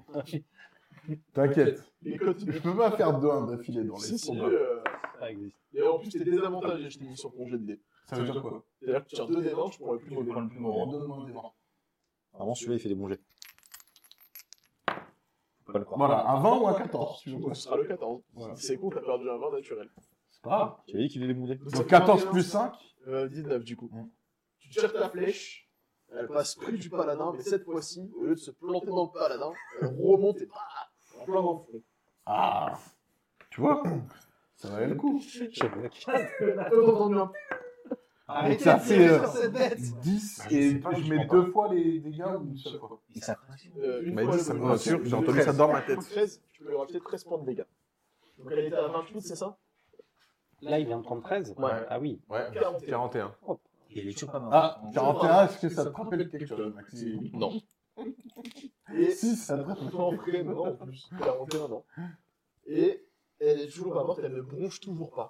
T'inquiète. Et quand tu Je peux pas faire 2-1 d'affilée dans les Si, si, combats. euh, Ça existe. Et en plus, t'es désavantagé, je t'ai mis sur ton jet de dé. Ça veut dire quoi C'est-à-dire que tu tires deux des 20, tu prends le plus Tu mauvais. prends le plus mauvais. Donne-moi un des vingt. Vraiment, celui-là, il fait des bons jets. Faut pas le croire. Voilà, un 20 ou un 14, tu veux quoi Ce sera le 14. Voilà. C'est con, t'as perdu un 20 naturel. C'est pas Tu avais dit qu'il allait mouler. ça Donc fait 14 21, plus 5 Euh, 19 du coup. Mmh. Mm. Tu tires ta flèche, elle passe près du paladin, mais cette fois-ci, au lieu de se planter dans le paladin, elle remonte et bah, en plein dans le front. Ah Tu vois Ça valait le coup. Comme dans un mur. Ah, Donc Arrêtez ça de fait tirer euh, sur cette bête 10 Bah, je sais et pas, je je mets crois pas. deux fois les dégâts ou une seule fois. Et ça crache. Euh, une Mais fois dis, le Bah, ça me bonus rassure, action, j'ai entendu ça treize. dans ma tête. 13, tu peux lui rajouter 13 points de dégâts. Donc elle était à 28, c'est ça Là, il vient de prendre 13 Ouais. Ah oui. Ouais, 41. 41. Et il est toujours pas mort. Ah, Donc, 41, est-ce que ça te rappelle quelque chose, Maxime Non. Et 6, ça te rappelle. Non, vraiment, en plus. Elle a 41 ans. Et elle est toujours pas morte, elle ne bronche toujours pas.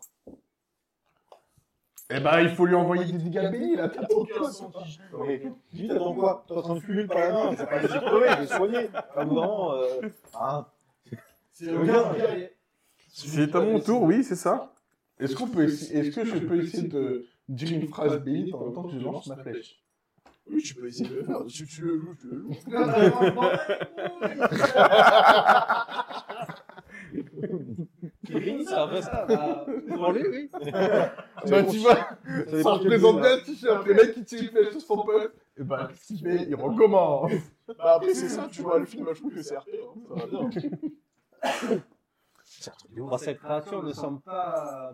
Eh ben, il faut lui envoyer des dégâts bénis, là, t'as trop de Aucun choses. son qui- Lui, t'attends quoi T'es en train de fumer le paladin T'as pas les crever, il est soigné. Ah, non, euh... ah. C'est le gars guerrier. C'est à mon tour, oui, c'est ça. Est-ce qu'on peut essayer, est-ce que je peux essayer de dire une phrase bénite en même temps que je lance ma flèche Oui, tu peux essayer de le faire. Si tu le loues, tu le loues. Kevin, ça reste à- pour lui, oui. Bah, tu vois, ça dépend quel représente bien si je suis un mec qui tire une flèche sur son pote. Et bah, qu'est-ce qu'il fait Il recommence Bah après, c'est ça, tu vois le film, je trouve que c'est RP. hein. Ça va bien. Bon, cette créature ne semble pas.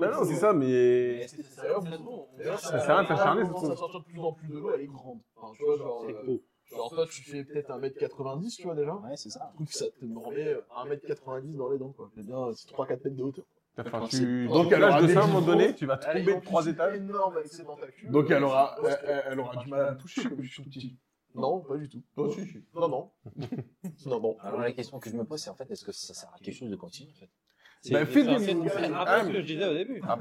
Bah non, c'est ça, mais. Est-ce que ça D'ailleurs, sert à- d'ailleurs, Ça sert à rien de s'acharner, elle commence surtout. à sortir de plus en plus de l'eau, elle est grande. Enfin, tu vois, genre, euh, genre, toi, tu fais peut-être 1m90, tu vois, déjà. Ouais, c'est ça. Je trouve que ça te remet euh, 1m90 dans les dents, quoi. C'est-à-dire, c'est 3-4 mètres de hauteur. Enfin, tu. Donc, Donc, à elle aura l'âge de des ça, à un moment gros- donné, tu vas Elle est tomber en de 3 plus étages. énorme avec ses tentacules. Donc, elle aura, Ouais. elle, elle- elle aura du mal à me toucher comme je suis tout petit. Non, pas du tout. Toi, si, si. Non, non. non, non. Alors la question que je me pose, c'est en fait, est-ce que ça sert à quelque chose de continuer en fait Bah, fais des moves. Ah, Après ce mais- que je disais au début. Ah,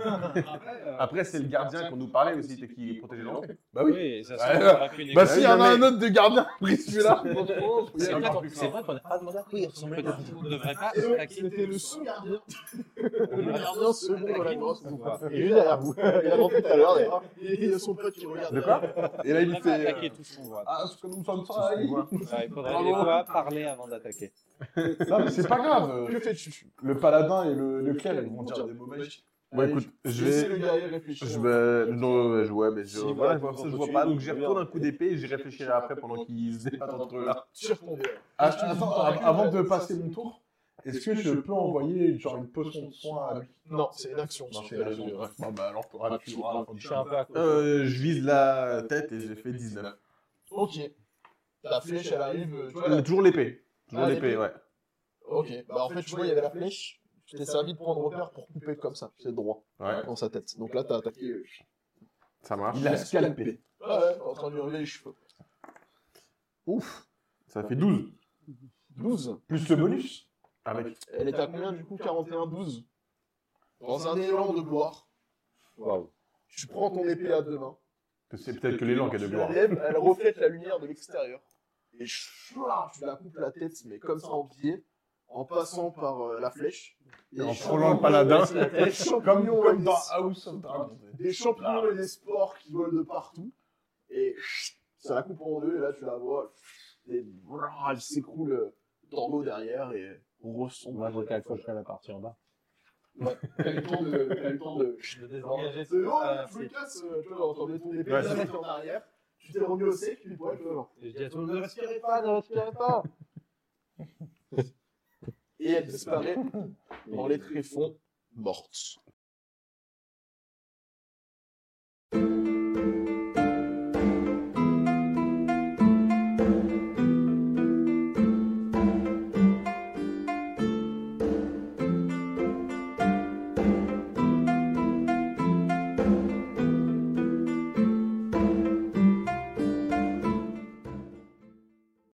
Après, c'est le gardien qu'on nous parlait aussi, c'est qui protégeait l'entrée. Bah oui. Oui, ça Ouais. sera qu'une Bah, oui, s'il y en a jamais. un autre de gardien, pris celui-là, franchement, C'est il y a vrai encore qu'on- plus c'est fort. vrai qu'on n'a pas demandé à quoi il ressemblait. On ne devrait pas Et ouais, attaquer. C'était le sous-gardien. On Le devrait- gardien second dans la grosse. Il est juste derrière vous. Il a rentré tout à l'heure, d'ailleurs. Et il y a son pote qui regarde. De quoi Et là, on il devrait pas fait. attaquer euh, tout son voile. Ah, ce que nous sommes trahis Ouais, Il faudrait Bravo. les fois parler avant d'attaquer. Non, mais c'est pas grave. Que fais-tu Le paladin et le, lequel ils vont dire des mauvais Bon, Allez, écoute, je Laissez le vais. guerrier réfléchir. Je vais. Non, ouais, je- ouais, mais je. Si, Voilà, voilà, comme ça, je faut vois continuer, pas. Donc, donc, j'y je retourne un coup d'épée et j'y réfléchirai après pendant qu'ils se débattent entre eux là. Tire ton dé. Ah, attends, av- avant de passer mon tour, est-ce que je peux envoyer genre une potion de soin à lui Non, c'est une action. ça. c'est la raison. Bon, bah alors t'auras tu auras Ah, Je suis un peu à côté. Euh, je vise la tête et j'ai fait 19. Ok. La flèche, elle arrive. euh, Tu vois, Euh, la- Toujours l'épée. Toujours Ah, l'épée, l'épée. ouais. Ok. Bah, en fait, tu vois, il y avait la flèche. Tu t'es servi de prendre repère pour couper comme ça. C'est droit. Ouais, Dans sa tête. Donc là, t'as attaqué. euh, ça marche. Il a scalpé. Ah ouais, en train de lui enlever les cheveux. Ouf. Ça fait 12. 12. Plus le bonus Ah, Avec. Elle est à combien du coup 41-12. Dans un élan de gloire, Waouh. tu prends ton épée à deux mains. C'est peut-être que l'élan qui a de Tu la gloire. lèves, elle reflète la lumière de l'extérieur. Et chouah, tu la coupes la tête, mais comme ça en biais, en passant par euh, la flèche. Et en champignons- frôlant le paladin. Des Comme, champignons, et comme des- dans House of Dragons. des champignons et des spores qui volent de partout. Et chut, ça la coupe en deux, et là tu la vois. chut, Et brrr, elle s'écroule euh, dans l'eau derrière et ressombre. Moi, je vais calfocher la partie en bas. T'as le temps de. T'as le temps de. Je vais C'est oh, tu le casses, euh, tu vois, genre, t'en mets ton épée, Ouais, tu c'est la mets en arrière, tu t'es remis au sec, tu vois, tu vois, genre. Je dis à tout le monde, Ne respirez pas, ne respirez pas Et elle disparaît dans les tréfonds, morte.